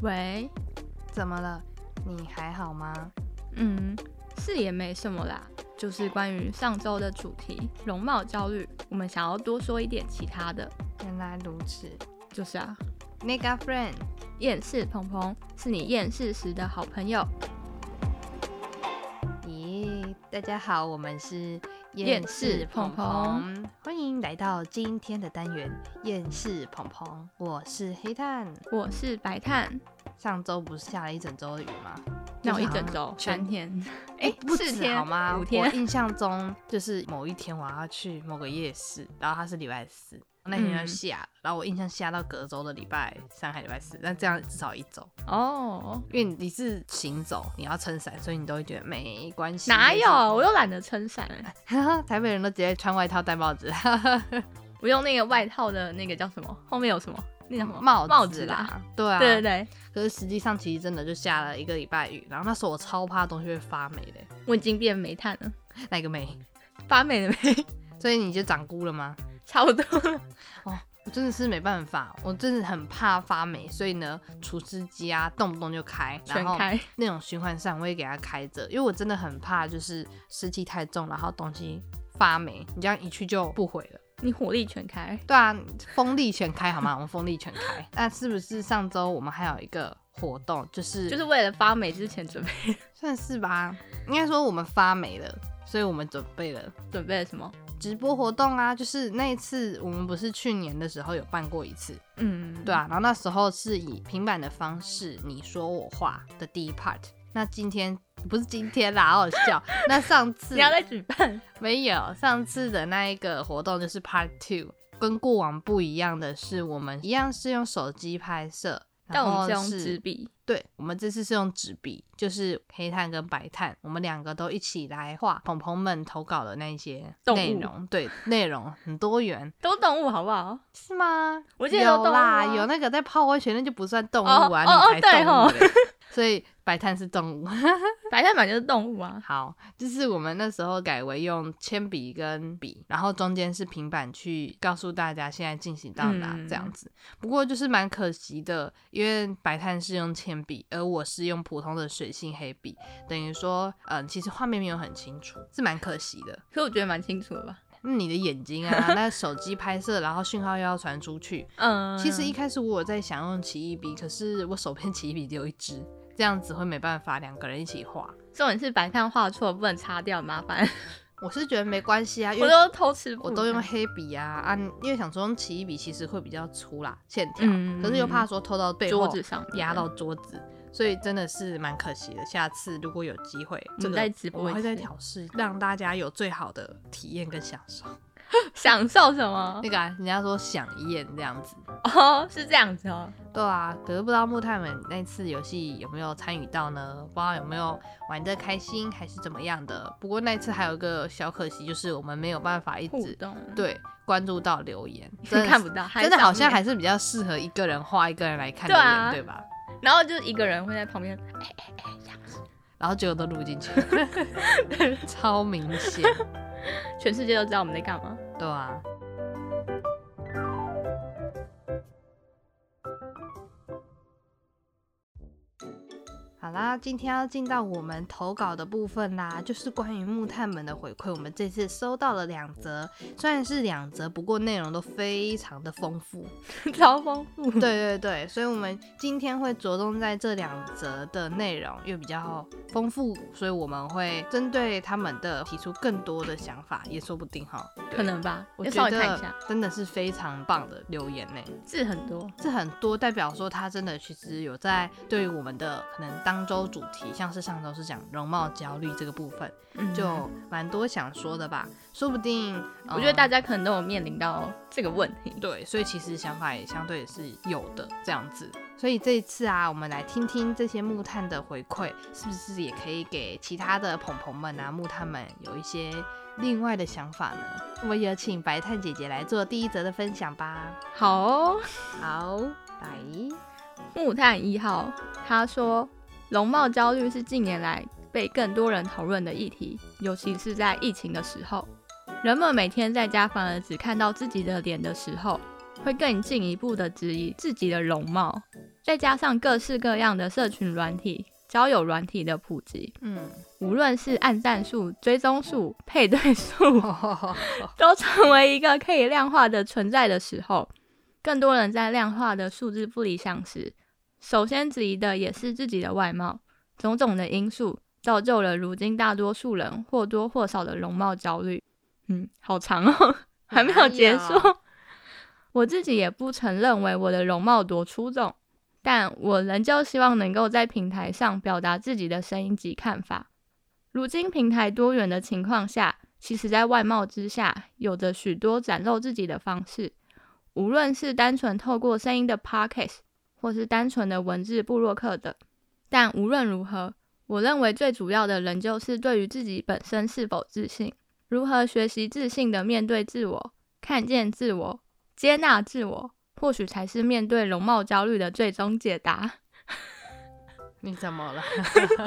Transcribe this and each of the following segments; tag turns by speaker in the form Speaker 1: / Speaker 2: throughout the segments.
Speaker 1: 喂，
Speaker 2: 怎么了？你还好吗？
Speaker 1: 嗯，是也没什么啦，就是关于上周的主题容貌焦虑，我们想要多说一点其他的，
Speaker 2: 原来如此。
Speaker 1: 就是啊，
Speaker 2: 那个 friend，
Speaker 1: 厌世鹏鹏是你厌世时的好朋友，
Speaker 2: 咦，大家好，我们是
Speaker 1: 厌世鹏鹏，
Speaker 2: 欢迎来到今天的单元厌世鹏鹏，我是黑炭。
Speaker 1: 我是白炭，
Speaker 2: 上周不是下了一整周的雨吗？
Speaker 1: 闹
Speaker 2: 就是
Speaker 1: 一
Speaker 2: 好像
Speaker 1: 整周
Speaker 2: 啊全
Speaker 1: 三天，
Speaker 2: 哎、
Speaker 1: 诶
Speaker 2: 不
Speaker 1: 四
Speaker 2: 止
Speaker 1: 天
Speaker 2: 好吗？
Speaker 1: 五天
Speaker 2: 我印象中就是某一天我要去某个夜市，然后它是礼拜四，那天要
Speaker 1: 嗯
Speaker 2: 下，然后我印象下到隔周的礼拜三还礼拜四，那这样至少一周，
Speaker 1: 哦，
Speaker 2: 因为你是行走，你要撑伞，所以你都会觉得没关系。
Speaker 1: 哪有？我又懒得撑伞欸、
Speaker 2: 台北人都直接穿外套戴帽子，
Speaker 1: 我用那个外套的那个叫什么？后面有什么？那叫什么？
Speaker 2: 帽
Speaker 1: 帽
Speaker 2: 子
Speaker 1: 子啦。，
Speaker 2: 对啊，
Speaker 1: 对对对，
Speaker 2: 可是实际上其实真的就下了一个礼拜雨，然后那时候我超怕东西会发霉的，
Speaker 1: 我已经变煤炭了，
Speaker 2: 哪个霉？
Speaker 1: 发霉了没？
Speaker 2: 所以你就长菇了吗？
Speaker 1: 差不多了。
Speaker 2: 我真的是没办法，我真的很怕发霉，所以呢，除湿机啊，动不动就开，
Speaker 1: 全
Speaker 2: 然后
Speaker 1: 开，
Speaker 2: 那种循环扇我也给它开着，因为我真的很怕就是湿气太重，然后东西发霉，你这样一去就不回了。
Speaker 1: 你火力全开。
Speaker 2: 对啊，风力全开好吗？我 们风力全开。那是不是上周我们还有一个活动，就是
Speaker 1: 就是为了发霉之前准备
Speaker 2: 算是吧？应该说我们发霉了，所以我们准备了。
Speaker 1: 准备了什么？
Speaker 2: 直播活动啊，就是那一次我们不是去年的时候有办过一次，
Speaker 1: 嗯，
Speaker 2: 对啊，然后那时候是以平板的方式你说我话的第一 part。那今天不是今天啦，好好笑。那上次
Speaker 1: 你要再举 办，
Speaker 2: 没有上次的那一个活动就是 part two，跟过往不一样的是，我们一样是用手机拍摄，
Speaker 1: 但
Speaker 2: 然
Speaker 1: 我们
Speaker 2: 后
Speaker 1: 是用
Speaker 2: 是
Speaker 1: 纸笔，
Speaker 2: 对，我们这次是用纸笔，就是黑炭跟白炭，我们两个都一起来画鹏鹏们投稿的那一些
Speaker 1: 动物
Speaker 2: 内容。对，内容很多元，
Speaker 1: 都动物好不好？
Speaker 2: 是吗？
Speaker 1: 我记得有
Speaker 2: 有
Speaker 1: 动物
Speaker 2: 啦，
Speaker 1: 啊
Speaker 2: 有那个在泡温泉，那就不算动物啊，
Speaker 1: 哦哦
Speaker 2: 你
Speaker 1: 哦对
Speaker 2: 才动物、
Speaker 1: 吼
Speaker 2: 嘞。 所以白炭是动物。
Speaker 1: 白蛋版就是动物啊，
Speaker 2: 好，就是我们那时候改为用铅笔跟笔，然后中间是平板去告诉大家现在进行到哪、
Speaker 1: 嗯
Speaker 2: 这样子。不过就是蛮可惜的，因为白炭是用铅笔，而我是用普通的水性黑笔，等于说，嗯，其实画面没有很清楚，是蛮可惜的。
Speaker 1: 可我觉得蛮清楚的吧。
Speaker 2: 那你的眼睛啊，那手机拍摄，然后讯号又要传出去，
Speaker 1: 嗯，
Speaker 2: 其实一开始我有在想用奇异笔，可是我手边 奇异笔只有一支，这样子会没办法两个人一起画。
Speaker 1: 重点是白炭画错，不能擦掉，麻 烦。
Speaker 2: 我是觉得没关系啊，因
Speaker 1: 我
Speaker 2: 为
Speaker 1: 都偷吃布，
Speaker 2: 我都用黑
Speaker 1: 嗯
Speaker 2: 笔啊啊，因为想说用奇异笔其实会比较粗啦线条，
Speaker 1: 嗯
Speaker 2: 可是又怕说偷到背后
Speaker 1: 桌子上
Speaker 2: 压到桌子，所以真的是蛮可惜的。下次如果有机会，
Speaker 1: 我们
Speaker 2: 这个
Speaker 1: 再直播
Speaker 2: 我
Speaker 1: 一
Speaker 2: 会再
Speaker 1: 次
Speaker 2: 调试，让大家有最好的体验跟享 受。
Speaker 1: 享受什么
Speaker 2: 那？个、啊、人家说享宴这样子，
Speaker 1: 哦，是这样子哦。
Speaker 2: 对啊，可是不知道木炭们那次游戏有没有参与到呢？不知道有没有玩的开心还是怎么样的。不过那次还有一个小可惜，就是我们没有办法一
Speaker 1: 互
Speaker 2: 直
Speaker 1: 动，
Speaker 2: 对关注到 留言，真的
Speaker 1: 真
Speaker 2: 是
Speaker 1: 看不到，还
Speaker 2: 真的好像
Speaker 1: 上面
Speaker 2: 还是比较适合一个人画一个人来看留
Speaker 1: 对
Speaker 2: 言，
Speaker 1: 啊
Speaker 2: 对吧？
Speaker 1: 然后就一个人会在旁边，哎哎哎，这样子
Speaker 2: 然后结果都录 进去，超明显，
Speaker 1: 全世界都知道我们在干嘛。
Speaker 2: 对啊。好啦，今天要进到我们投稿的部分啦，就是关于木炭们的回馈。我们这次收到了两则，虽然是两则，不过内容都非常的丰富。
Speaker 1: 超丰富。
Speaker 2: 对，对对，所以我们今天会着重在这两则的内容，因为比较丰富，所以我们会针对他们的提出更多的想法，也说不定哈。对
Speaker 1: 可能吧。
Speaker 2: 我
Speaker 1: 要
Speaker 2: 觉
Speaker 1: 稍微看一下
Speaker 2: 得，真的是非常棒的留言呢，哦
Speaker 1: 字很多。
Speaker 2: 这很多代表说他真的其实有在对于我们的可能当周主题，像是上周是讲容貌焦虑这个部分，
Speaker 1: 嗯
Speaker 2: 就蛮多想说的吧，说不定、
Speaker 1: 我觉得大
Speaker 2: 家
Speaker 1: 家可能都有面临到这个问题。
Speaker 2: 对，所以其实想法也相对是有的这样子。所以这一次啊，我们来听听这些木炭的回馈，是不是也可以给其他的朋朋们啊、木炭们有一些另外的想法呢？我们有请白炭姐姐来做第一则的分享吧。
Speaker 1: 好哦、
Speaker 2: 好，来，
Speaker 1: 木炭一号他说，容貌焦虑是近年来被更多人讨论的议题，尤其是在疫情的时候，人们每天在家反而只看到自己的脸的时候，会更进一步的质疑自己的容貌，再加上各式各样的社群软体、交友软体的普及，
Speaker 2: 嗯，
Speaker 1: 无论是按赞数、追踪数、配对数，
Speaker 2: 哦，
Speaker 1: 都成为一个可以量化的存在的时候，更多人在量化的数字不理想时，首先质疑的也是自己的外貌。种种的因素造就了如今大多数人或多或少的容貌焦虑。嗯，好长 哦，还没有结束
Speaker 2: 哪有。啊
Speaker 1: 我自己也不曾认为我的容貌多出众，但我仍旧希望能够在平台上表达自己的声音及看法。如今平台多元的情况下，其实在外貌之下，有着许多展露自己的方式，无论是单纯透过声音的 podcast，或是单纯的文字部落客等。但无论如何，我认为最主要的仍旧是对于自己本身是否自信，如何学习自信的面对自我、看见自我、接纳自我，或许才是面对容貌焦虑的最终解答。
Speaker 2: 你怎么了？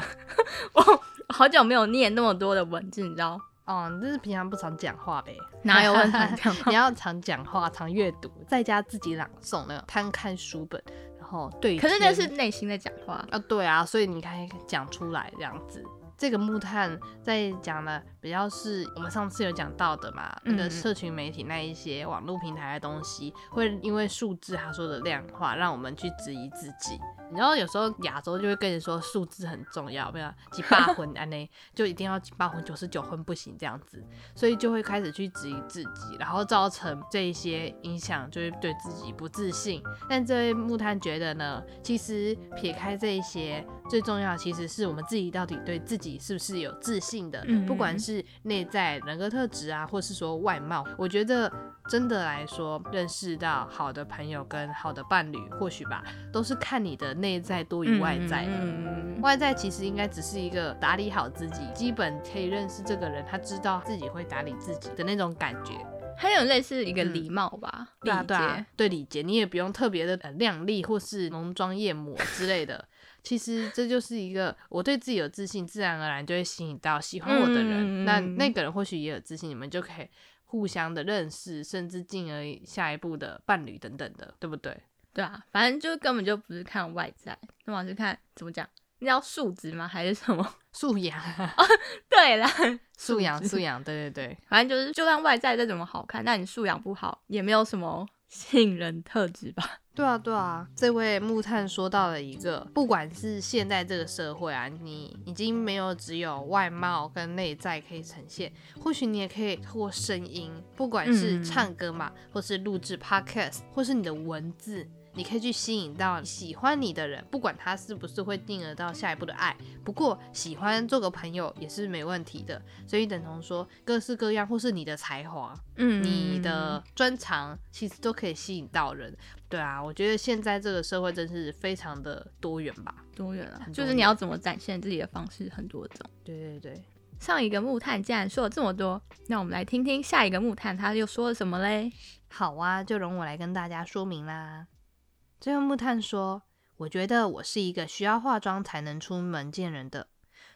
Speaker 1: 我好久没有念那么多的文字，你知道
Speaker 2: 哦，你这是平常不常讲话呗？
Speaker 1: 哪有问题这样
Speaker 2: 你要常讲话，常阅读，在家自己朗诵那种，摊看书本，然后对。
Speaker 1: 可是那是内心在讲话，
Speaker 2: 啊，对啊，所以你看讲出来这样子。这个木炭在讲的比较是我们上次有讲到的嘛，那
Speaker 1: 嗯
Speaker 2: 个社群媒体那一些网络平台的东西，会因为数字他说的量化，让我们去质疑自己。然后有时候亚洲就会跟你说数字很重要，不要几八婚安呢， 就一定要几八婚九十九婚不行这样子，所以就会开始去质疑自己，然后造成这一些影响，就是对自己不自信，但这位木炭觉得呢，其实撇开这一些，最重要的其实是我们自己到底对自己是不是有自信的，
Speaker 1: 嗯
Speaker 2: 不管是内在人格特质啊，或是说外貌，我觉得真的来说，认识到好的朋友跟好的伴侣，或许吧，都是看你的内在多于外在的。
Speaker 1: 嗯
Speaker 2: 外在其实应该只是一个打理好自己，基本可以认识这个人，他知道自己会打理自己的那种感觉。
Speaker 1: 很有类似一个礼貌吧，
Speaker 2: 对啊，
Speaker 1: 礼
Speaker 2: 对啊
Speaker 1: 节，
Speaker 2: 对礼节，你也不用特别的呃靓丽或是浓妆艳抹之类 的。其实这就是一个我对自己有自信，自然而然就会吸引到喜欢我的人。
Speaker 1: 嗯
Speaker 2: 那那个人或许也有自信，你们就可以互相的认识，甚至进而下一步的伴侣等等的，对不对？
Speaker 1: 对啊，反正就根本就不是看外在，那么是看怎么讲，那叫素质吗？还是什么？
Speaker 2: 素 养，
Speaker 1: 对啦，
Speaker 2: 素养，
Speaker 1: 质
Speaker 2: 素养，对对对，
Speaker 1: 反正就是，就算外在再怎么好看，但你素养不好，也没有什么吸引人特质吧？
Speaker 2: 对啊，对啊，这位木炭说到了一个，不管是现在这个社会啊，你已经没有只有外貌跟内在可以呈现，或许你也可以透过声音，不管
Speaker 1: 嗯
Speaker 2: 是唱歌嘛，或是录制 podcast，或是你的文字，你可以去吸引到喜欢你的人，不管他是不是会进而到下一步的爱。不过喜欢做个朋友也是没问题的，所以等同说各式各样，或是你的才华，
Speaker 1: 嗯
Speaker 2: 你的专长其实都可以吸引到人。对啊，我觉得现在这个社会真是非常的多元吧。
Speaker 1: 多远了？
Speaker 2: 很
Speaker 1: 就
Speaker 2: 多
Speaker 1: 是
Speaker 2: 元
Speaker 1: 你要怎么展现自己的方式很多种。
Speaker 2: 对对对，
Speaker 1: 上一个木炭既然说了这么多，那我们来听听下一个木炭他又说了什么 嘞？
Speaker 2: 好啊，就容我来跟大家说明啦。最后木炭说：“我觉得我是一个需要化妆才能出门见人的，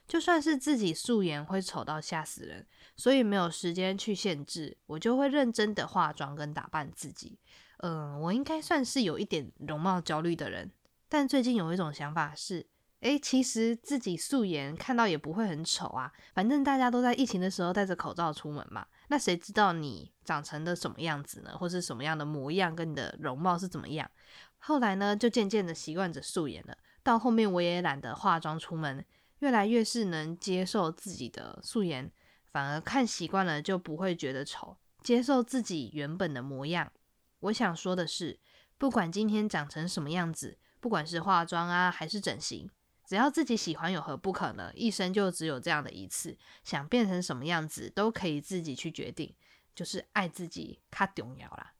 Speaker 2: 就算是自己素颜会丑到吓死人，所以没有时间去限制，我就会认真的化妆跟打扮自己。嗯，我应该算是有一点容貌焦虑的人，但最近有一种想法是。”诶，其实自己素颜看到也不会很丑啊，反正大家都在疫情的时候戴着口罩出门嘛，那谁知道你长成的什么样子呢？或是什么样的模样，跟你的容貌是怎么样？后来呢，就渐渐的习惯着素颜了。到后面我也懒得化妆出门，越来越是能接受自己的素颜，反而看习惯了就不会觉得丑，接受自己原本的模样。我想说的是，不管今天长成什么样子，不管是化妆啊还是整形，只要自己喜欢，有何不可呢？一生就只有这样的一次，想变成什么样子都可以自己去决定，就是爱自己，卡重要啦。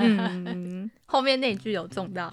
Speaker 1: 嗯，后面那一句有重到，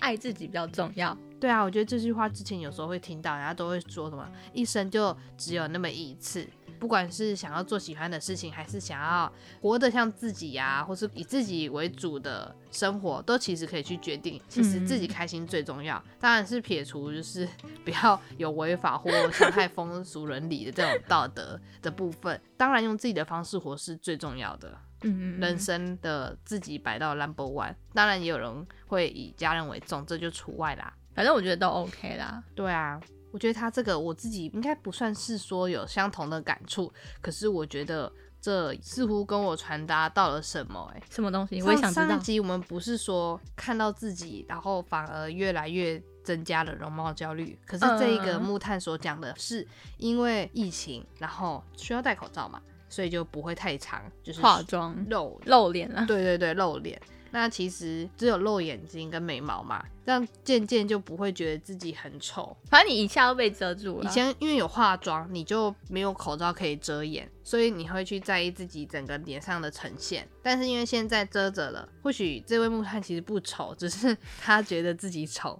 Speaker 1: 爱自己比较重要。
Speaker 2: 对啊，我觉得这句话之前有时候会听到，人家都会说什么一生就只有那么一次，不管是想要做喜欢的事情，还是想要活得像自己呀、或是以自己为主的生活，都其实可以去决定。其实自己开心最重要，当然是撇除就是 不要有违法或伤害风俗伦理的这种道德的部分。当然，用自己的方式活是最重要的。
Speaker 1: 嗯嗯，
Speaker 2: 人生的自己摆到 number one，当然也有人会以家人为重，这就除外啦。
Speaker 1: 反正我觉得都 OK 啦。
Speaker 2: 对啊，我觉得他这个我自己应该不算是说有相同的感触，可是我觉得这似乎跟我传达到了什么、欸，
Speaker 1: 什么东西？
Speaker 2: 哎，
Speaker 1: 我也想知
Speaker 2: 上
Speaker 1: 道
Speaker 2: 一。集我们不是说看到自己，然后反而越来越增加了容貌焦虑，可是这一个
Speaker 1: 嗯
Speaker 2: 木炭所讲的是因为疫情，然后需要戴口罩嘛，所以就不会太长，就是
Speaker 1: 化妆
Speaker 2: 露
Speaker 1: 露脸啦，
Speaker 2: 对对对，露脸。那其实只有露眼睛跟眉毛嘛，这样渐渐就不会觉得自己很丑。
Speaker 1: 反正你一下都被遮住了。
Speaker 2: 以前因为有化妆，你就没有口罩可以遮掩，所以你会去在意自己整个脸上的呈现。但是因为现在遮着了，或许这位木炭其实不丑，只是 他觉得自 己丑，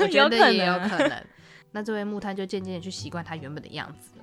Speaker 2: 我觉
Speaker 1: 有可
Speaker 2: 得也有
Speaker 1: 能
Speaker 2: 可能。那这位木炭就渐渐地去习惯他原本的样子了。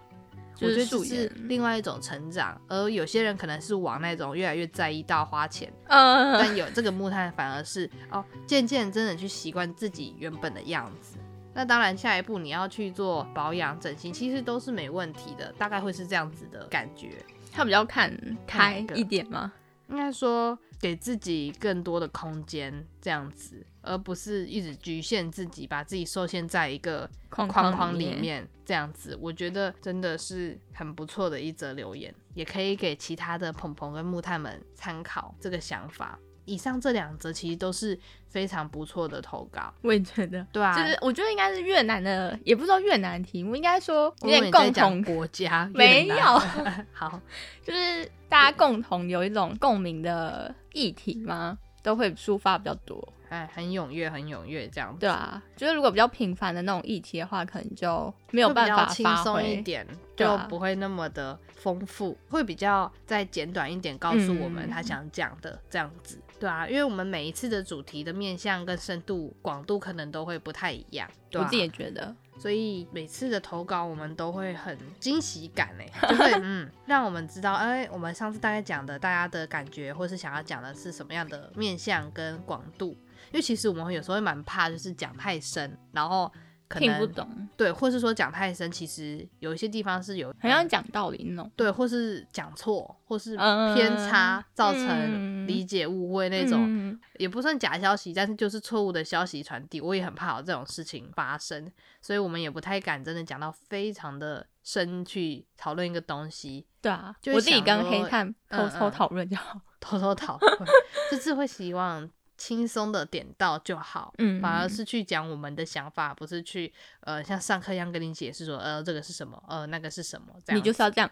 Speaker 1: 就
Speaker 2: 我
Speaker 1: 是
Speaker 2: 觉得
Speaker 1: 素
Speaker 2: 这是
Speaker 1: 颜嗯
Speaker 2: 另外一种成长，而有些人可能是往那种越来越在意到花钱，
Speaker 1: 呃，
Speaker 2: 但有这个木炭反而是哦，渐渐真的去习惯自己原本的样子。那当然，下一步你要去做保养、整形，其实都是没问题的，大概会是这样子的感觉。
Speaker 1: 他比较看开
Speaker 2: 看哪个
Speaker 1: 一点嘛。
Speaker 2: 应该说，给自己更多的空间，这样子，而不是一直局限自己，把自己受限在一个
Speaker 1: 框
Speaker 2: 框
Speaker 1: 框
Speaker 2: 框
Speaker 1: 里
Speaker 2: 里
Speaker 1: 面
Speaker 2: 面，这样子，我觉得真的是很不错的一则留言，也可以给其他的鹏鹏跟木炭们参考这个想法。以上这两则其实都是非常不错的投稿，
Speaker 1: 我也觉得，
Speaker 2: 对啊，
Speaker 1: 就是我觉得应该是越南的，也不知道越南的题目，应该说有
Speaker 2: 我以为
Speaker 1: 点
Speaker 2: 你在
Speaker 1: 共
Speaker 2: 讲
Speaker 1: 同，
Speaker 2: 国家，
Speaker 1: 没
Speaker 2: 越南
Speaker 1: 有，
Speaker 2: 好，
Speaker 1: 就是大家共同有一种共鸣的议题嘛，都会抒发比较多。
Speaker 2: 哎，很踊跃，很踊跃 这样子，
Speaker 1: 对啊，就是如果比较频繁的那种议题的话，可能就没有
Speaker 2: 会比
Speaker 1: 办
Speaker 2: 较
Speaker 1: 法
Speaker 2: 轻
Speaker 1: 发
Speaker 2: 松一
Speaker 1: 挥。
Speaker 2: 点，
Speaker 1: 对
Speaker 2: 就
Speaker 1: 啊
Speaker 2: 不会那么的丰富，会比较再简短一点，告诉我们
Speaker 1: 嗯
Speaker 2: 他想讲的、这样子，对啊，因为我们每一次的主题的面向跟深度、广度可能都会不太一样，对
Speaker 1: 我
Speaker 2: 啊，
Speaker 1: 自己也觉得，
Speaker 2: 所以每次的投稿我们都会很惊喜感哎、 就会嗯，让我们知道，哎、我们上次大概讲的大家的感觉，或是想要讲的是什么样的面向跟广度，因为其实我们有时候会蛮怕，就是讲太深，然后。可
Speaker 1: 听
Speaker 2: 能
Speaker 1: 不懂，
Speaker 2: 对，或是说讲太深，其实有一些地方是有嗯
Speaker 1: 好像讲道理那种。
Speaker 2: 对，或是讲错，或是
Speaker 1: 嗯
Speaker 2: 偏差，造
Speaker 1: 嗯
Speaker 2: 成理解误会那种，
Speaker 1: 嗯
Speaker 2: 也不算假消息，但是就是错误的消息传递，我也很怕有这种事情发生，所以我们也不太敢真的讲到非常的深去讨论一个东西，
Speaker 1: 对啊，
Speaker 2: 就会
Speaker 1: 我自己
Speaker 2: 想
Speaker 1: 跟
Speaker 2: 说
Speaker 1: 黑炭偷
Speaker 2: 嗯
Speaker 1: 偷
Speaker 2: 嗯
Speaker 1: 讨论就好。
Speaker 2: 偷偷讨论， 就是会希望轻松的点到就好。
Speaker 1: 嗯，
Speaker 2: 反而是去讲我们的想法，不是去呃像上课一样跟你解释说呃这个是什么，呃那个是什么，这样
Speaker 1: 你就是要这样。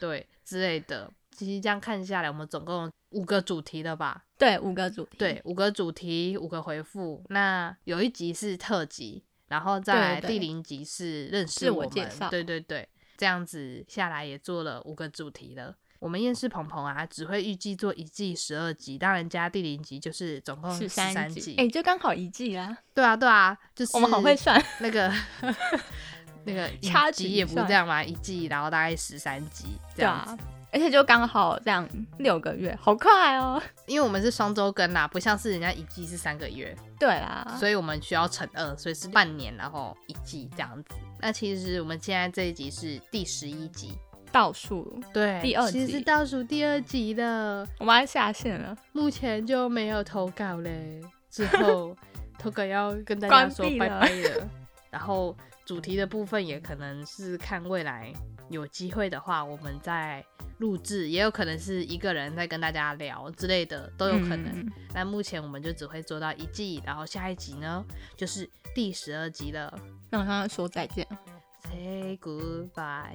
Speaker 2: 对之类的。其实这样看下来，我们总共有五个主题了吧？
Speaker 1: 对，五个主题。
Speaker 2: 对，五个主题，五个回复。那有一集是特辑，然后再来
Speaker 1: 对对
Speaker 2: 第零集是认识
Speaker 1: 自
Speaker 2: 我
Speaker 1: 我
Speaker 2: 们，
Speaker 1: 介绍
Speaker 2: 对对对，这样子下来也做了五个主题了。我们厌世鹏鹏啊，只会预计做一季十二集，当然加第零集就是总共
Speaker 1: 十
Speaker 2: 嗯三
Speaker 1: 三集，哎、就刚好一季啦。
Speaker 2: 对啊，对啊，就是
Speaker 1: 我们好会算，
Speaker 2: 那个那个影
Speaker 1: 掐指
Speaker 2: 集
Speaker 1: 一
Speaker 2: 也不
Speaker 1: 算
Speaker 2: 这样嘛，一季然后大概十三集这
Speaker 1: 对
Speaker 2: 样子
Speaker 1: 啊。，而且就刚好这样六个月，好快哦。
Speaker 2: 因为我们是双周更啦，不像是人家一季是三个月，
Speaker 1: 对啦，
Speaker 2: 所以我们需要乘二，所以是半年，然后一季这样子。那其实我们现在这一集是第十一集，
Speaker 1: 倒数
Speaker 2: 对
Speaker 1: 第二集
Speaker 2: 其实是倒数第二集了，
Speaker 1: 我们要下线了，
Speaker 2: 目前就没有投稿嘞。之 后投稿要跟大家
Speaker 1: 关
Speaker 2: 说
Speaker 1: 闭
Speaker 2: 拜
Speaker 1: 了
Speaker 2: 拜了，然后主题的部分也可能是看未来有机会的话，我们再录制，也有可能是一个人在跟大家聊之类的，都有可能。
Speaker 1: 嗯
Speaker 2: 那目前我们就只会做到一季，然后下一集呢就是第十二集了。
Speaker 1: 那我刚刚说再见，
Speaker 2: Say goodbye。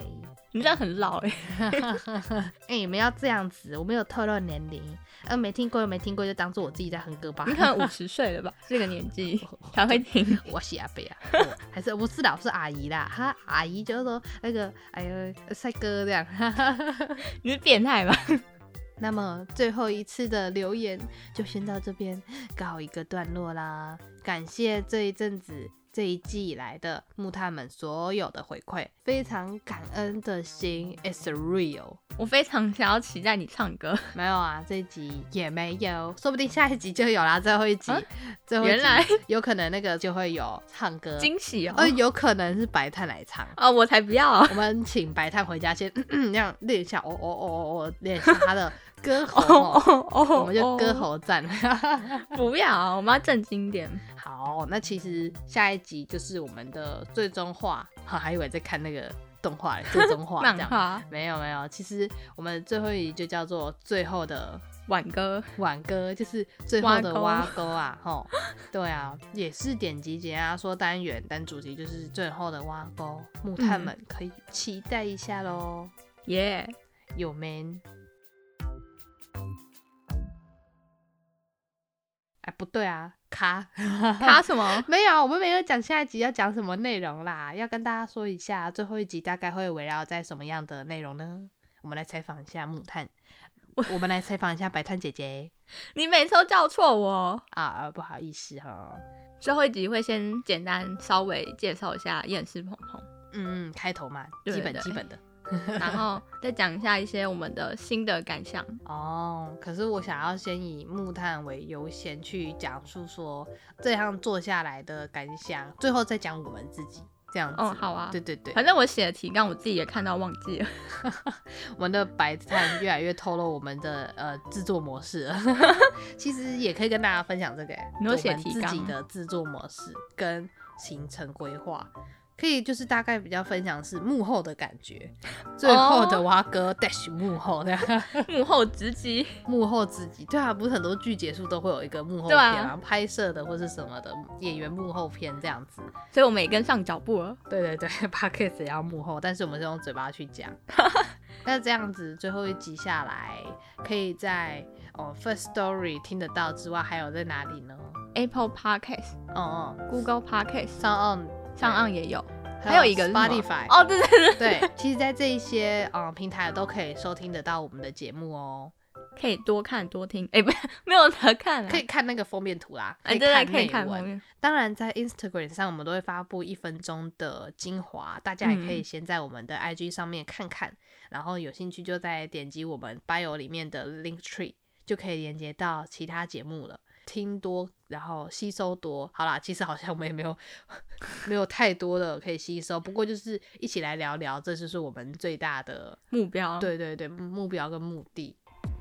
Speaker 1: 你这样很老哎、
Speaker 2: 哎、你们要这样子，我没有透露年龄，呃，没听过就没听过，就当做我自己在哼歌吧
Speaker 1: 你。可能五十岁了吧，这个年纪
Speaker 2: 哦
Speaker 1: 才会听。
Speaker 2: 我是阿伯啊，我还是不是啦，我是阿姨啦。哈，阿姨就是说那个，哎呦，帅哥这样。
Speaker 1: 你是变态吧？
Speaker 2: 那么最后一次的留言就先到这边告一个段落啦。感谢这一阵子、这一季以来的木炭们所有的回馈，非常感恩的心，is real。
Speaker 1: 我非常想要期待你唱歌，
Speaker 2: 没有啊，这一集也没有，说不定下一集就有啦。最后一集，
Speaker 1: 啊
Speaker 2: 最后一集
Speaker 1: 原来
Speaker 2: 有可能那个就会有唱歌，
Speaker 1: 惊喜哦。
Speaker 2: 呃，有可能是白炭来唱。
Speaker 1: 哦，我才不要！
Speaker 2: 我们请白炭回家先这样练一下，哦哦哦哦哦，练一下他的 割喉
Speaker 1: 哦
Speaker 2: 哦，
Speaker 1: 哦哦，
Speaker 2: 我们就割喉战。
Speaker 1: 不要，我们要正经点。
Speaker 2: 好，那其实下一集就是我们的最终话，还以为在看那个动画嘞，最终话这
Speaker 1: 漫
Speaker 2: 样。
Speaker 1: 画
Speaker 2: 没有没有，其实我们最后一集就叫做最后的
Speaker 1: 挽歌，
Speaker 2: 挽歌，就是最后的
Speaker 1: 挖
Speaker 2: 挖 沟啊，吼，对啊，也是点集结啊，说单元但主题就是最后的挖 沟，木炭
Speaker 1: 嗯
Speaker 2: 们可以期待一下喽，
Speaker 1: 耶、
Speaker 2: 有 man。哎，不对啊，卡
Speaker 1: 卡什么？
Speaker 2: 没有，啊我们没有讲下一集要讲什么内容啦，要跟大家说一下，最后一集大概会围绕在什么样的内容呢？我们来采访一下木炭，我们来采访一下白炭姐姐
Speaker 1: 你每次都叫错我。
Speaker 2: 啊啊，不好意思哈，
Speaker 1: 最后一集会先简单稍微介绍一下厌世鹏鹏，
Speaker 2: 嗯，开头嘛，
Speaker 1: 对
Speaker 2: 基本
Speaker 1: 对
Speaker 2: 基本的
Speaker 1: 然后再讲一下一些我们的新的感想。
Speaker 2: 哦。可是我想要先以木炭为优先去讲述说这样做下来的感想，最后再讲我们自己这样子。
Speaker 1: 哦好啊
Speaker 2: 对对对，
Speaker 1: 反正我写的提纲我自己也看到忘记 了，
Speaker 2: 我们的白炭越来越透露我们的呃制作模式了， 其实也可以跟大家分享这个、欸，
Speaker 1: 你
Speaker 2: 我
Speaker 1: 说写
Speaker 2: 们
Speaker 1: 提
Speaker 2: 自己
Speaker 1: 纲
Speaker 2: 的制作模式跟行程规划，可以就是大概比较分享是幕后的感觉，最后
Speaker 1: 哦
Speaker 2: 的蛙哥 dash 幕后的
Speaker 1: 幕后直击。
Speaker 2: 幕后自己，对啊，不是很多剧结束都会有一个幕后
Speaker 1: 对
Speaker 2: 片
Speaker 1: 啊
Speaker 2: 啊，拍摄的或是什么的演员幕后片这样子，
Speaker 1: 所以我们也跟上脚步了。
Speaker 2: 对对 对 p o d c a s 也要幕后，但是我们是用嘴巴去讲。 那这样子，最后一集下来，可以在哦 First Story 听得到之外，还有在哪里呢？
Speaker 1: Apple Podcast、
Speaker 2: 哦哦，
Speaker 1: Google Podcast
Speaker 2: 上岸
Speaker 1: 上岸也有，还有一个是什么
Speaker 2: Spotify
Speaker 1: 哦，对对对，
Speaker 2: 对，其实，在这一些嗯平台都可以收听得到我们的节目哦，
Speaker 1: 可以多看多听。哎、不 是没有得看了，
Speaker 2: 可以看那个封面图啦，
Speaker 1: 哎、对
Speaker 2: 看
Speaker 1: 对，可以
Speaker 2: 内
Speaker 1: 看
Speaker 2: 文
Speaker 1: 封面。
Speaker 2: 当然，在 Instagram 上我们都会发布一分钟的精华，大家也可以先在我们的 IG 上面看看，然后有兴趣就再点击我们 bio 里面的 link tree，就可以连接到其他节目了。听多，然后吸收多。好啦，其实好像我们也没有 没有太多的可以吸收，不过就是一起来聊聊，这就是我们最大的
Speaker 1: 目标，
Speaker 2: 对对对，目标跟目的。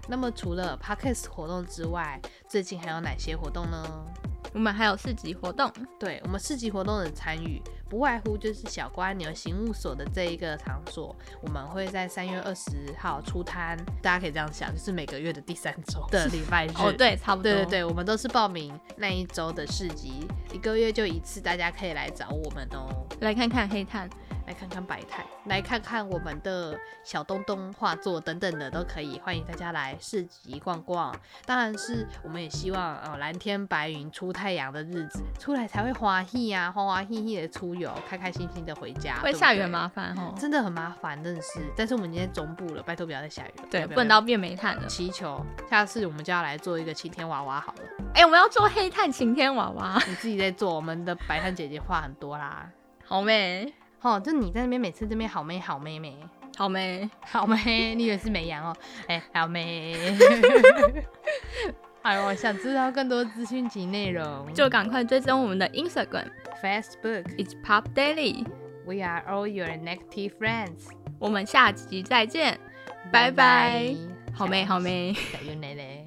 Speaker 2: 那么除了 podcast 活动之外，最近还有哪些活动呢？
Speaker 1: 我们还有市集活动，。
Speaker 2: 对我们市集活动的参与，不外乎就是小瓜牛刑务所的这一个场所，我们会在三月二十号出摊，大家可以这样想，就是每个月的第三周的礼拜日
Speaker 1: 哦，对，差不多，
Speaker 2: 对对对，我们都是报名那一周的市集，一个月就一次，大家可以来找我们哦，
Speaker 1: 来看看黑炭，
Speaker 2: 来看看百态，来看看我们的小东东画作等等的都可以，欢迎大家来市集逛逛。当然是我们也希望呃蓝天白云出太阳的日子，出来才会欢喜啊，欢欢喜喜的出游，开开心心的回家。
Speaker 1: 会
Speaker 2: 对不
Speaker 1: 下雨
Speaker 2: 对
Speaker 1: 很麻烦哦，
Speaker 2: 真的很麻烦，真的是。但是我们已经在中部了，拜托不要再下雨了。
Speaker 1: 对，不
Speaker 2: 不要
Speaker 1: 能到变煤炭了。
Speaker 2: 祈求下次我们就要来做一个晴天娃娃好了。
Speaker 1: 哎、我们要做黑炭晴天娃 娃，
Speaker 2: 你自己在做，我们的白炭姐姐话很多啦。
Speaker 1: 好美，
Speaker 2: 哦，就你在那边每次这边好妹好妹妹。
Speaker 1: 好美，
Speaker 2: 好妹， 你以为是美羊哦？哎、好妹。 哎呦，想知道更多资讯及内容，
Speaker 1: 就赶快追踪我们的 Instagram，It's
Speaker 2: Facebook。
Speaker 1: Pop Daily，
Speaker 2: We are all your negative friends。
Speaker 1: 我们下集再见，拜拜好美，好。美。
Speaker 2: 小优奶奶。